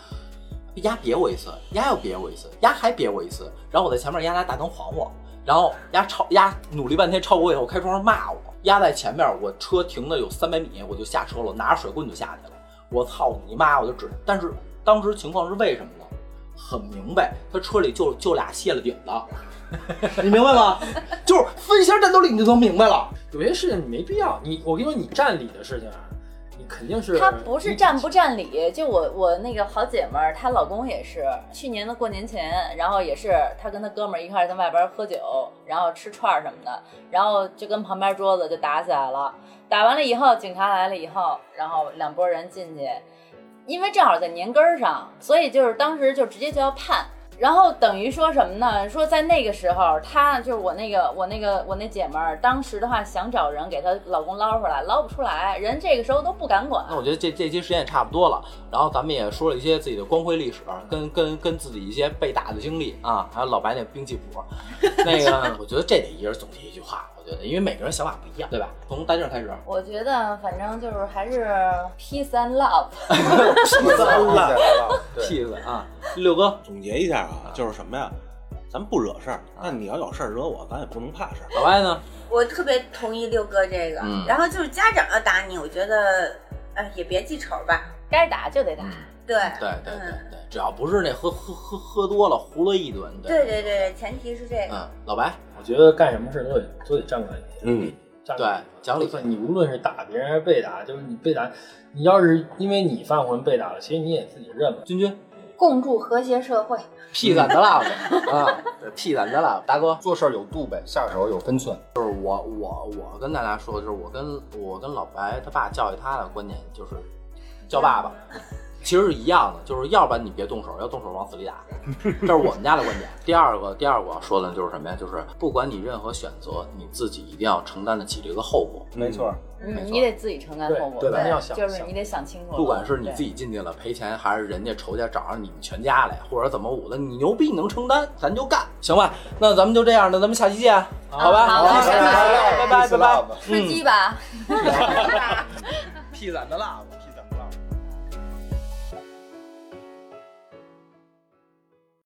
A: 丫别我一次，丫又别我一次，丫还别我一次，然后我在前面，丫拿大灯晃我，然后丫超丫努力半天超过我以后，开窗户骂我，丫在前面，我车停的有三百米，我就下车了，拿着水棍就下去了，我操你妈，我就指，但是当时情况是为什么呢？很明白，他车里就就俩卸了顶的，你明白吗？就是分一下战斗力，你就能明白了。
F: 有些事情你没必要，你我跟你说，你占理的事情啊，你肯定是
B: 她不是占不占理，就我我那个好姐们儿，她老公也是，去年的过年前，然后也是她跟她哥们儿一块儿在外边儿喝酒，然后吃串儿什么的，然后就跟旁边桌子就打起来了。打完了以后，警察来了以后，然后两拨人进去，因为正好在年根儿上，所以就是当时就直接就要判。然后等于说什么呢？说在那个时候，她就是我那个我那个我那姐们儿，当时的话想找人给她老公捞出来，捞不出来，人这个时候都不敢管。
A: 那我觉得这这期时间也差不多了，然后咱们也说了一些自己的光辉历史，跟跟跟自己一些被打的经历啊，还有老白那兵器谱，那 <laughs> 个我觉得这得一人总结一句话，我觉得，因为每个人想法不一样，对吧？从单静开始，
B: 我觉得反正就是还是 peace and love，
A: 屁
E: 对
A: <laughs>
E: 了，对，
A: 屁子啊，六哥，
C: 总结一下啊，就是什么呀？咱不惹事儿，那你要有事儿惹我，咱也不能怕事儿。
A: 老白呢？
H: 我特别同意六哥这个。
A: 嗯
H: 然后就是家长要打你，我觉得，哎，也别记仇吧。
B: 该打就得打。
H: 对，
A: 对对对
H: 嗯
A: 对，只要不是那喝喝喝喝多了胡了一顿，
H: 对对对，前提是这个。
A: 嗯，老白，
F: 我觉得干什么事都得都得站个理，
C: 嗯，
F: 站个
A: 对讲理
F: 就算你无论是打别人还是被打，就是你被打，你要是因为你犯浑被打了，其实你也自己认了。
A: 君君，
G: 共筑和谐社会。
A: 屁咱的 love <laughs> 啊，屁咱的 love，大哥，
E: 做事儿有度呗，下手有分寸。
A: 就是我我我跟大家说，就是我跟我跟老白他爸教育他的观点就是叫爸爸，其实是一样的，就是要不然你别动手，要动手往死里打，这是我们家的观点。第二个第二个我要说的就是什么呀？就是不管你任何选择，你自己一定要承担得起这个后果。
E: 没错，
B: 嗯
A: 没错
B: 你得自己承担后果，
F: 对对咱要想
B: 就是你得想清楚了。
A: 不管是你自
B: 己，
A: 己进去了赔钱，还是人家仇家找上你们全家来，或者怎么捂的，你牛逼能承担，咱就干，行吧？那咱们就这样，那咱们下期见，好吧？
E: <laughs>
B: 好
A: 啊
B: 拜拜
A: 拜拜拜拜拜拜，
E: Peace love，peace love
A: 嗯
B: 吃鸡吧。
A: 屁咱的辣子。屁咱的